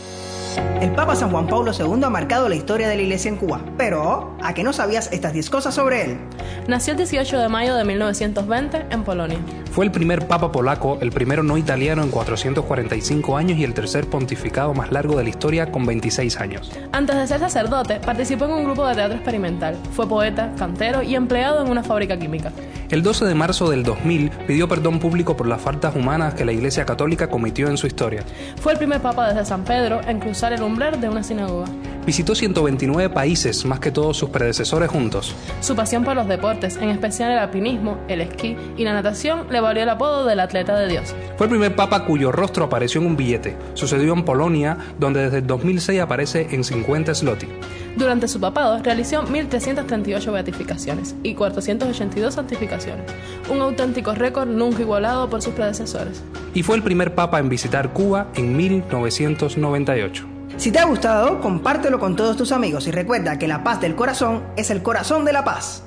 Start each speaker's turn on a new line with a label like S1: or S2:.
S1: Dios. El Papa San Juan Pablo II ha marcado la historia de la Iglesia en Cuba, pero ¿a qué no sabías estas 10 cosas sobre él?
S2: Nació el 18 de mayo de 1920 en Polonia.
S3: Fue el primer papa polaco, el primero no italiano en 445 años y el tercer pontificado más largo de la historia con 26 años.
S2: Antes de ser sacerdote, participó en un grupo de teatro experimental. Fue poeta, cantero y empleado en una fábrica química.
S3: El 12 de marzo del 2000 pidió perdón público por las faltas humanas que la Iglesia Católica cometió en su historia.
S2: Fue el primer papa desde San Pedro en cruzar el umbral de una sinagoga.
S3: Visitó 129 países, más que todos sus predecesores juntos.
S2: Su pasión por los deportes, en especial el alpinismo, el esquí y la natación, le valió el apodo del atleta de Dios.
S3: Fue el primer papa cuyo rostro apareció en un billete. Sucedió en Polonia, donde desde el 2006 aparece en 50 zloty.
S2: Durante su papado realizó 1.338 beatificaciones y 482 santificaciones, un auténtico récord nunca igualado por sus predecesores.
S3: Y fue el primer papa en visitar Cuba en 1998.
S1: Si te ha gustado, compártelo con todos tus amigos y recuerda que la paz del corazón es el corazón de la paz.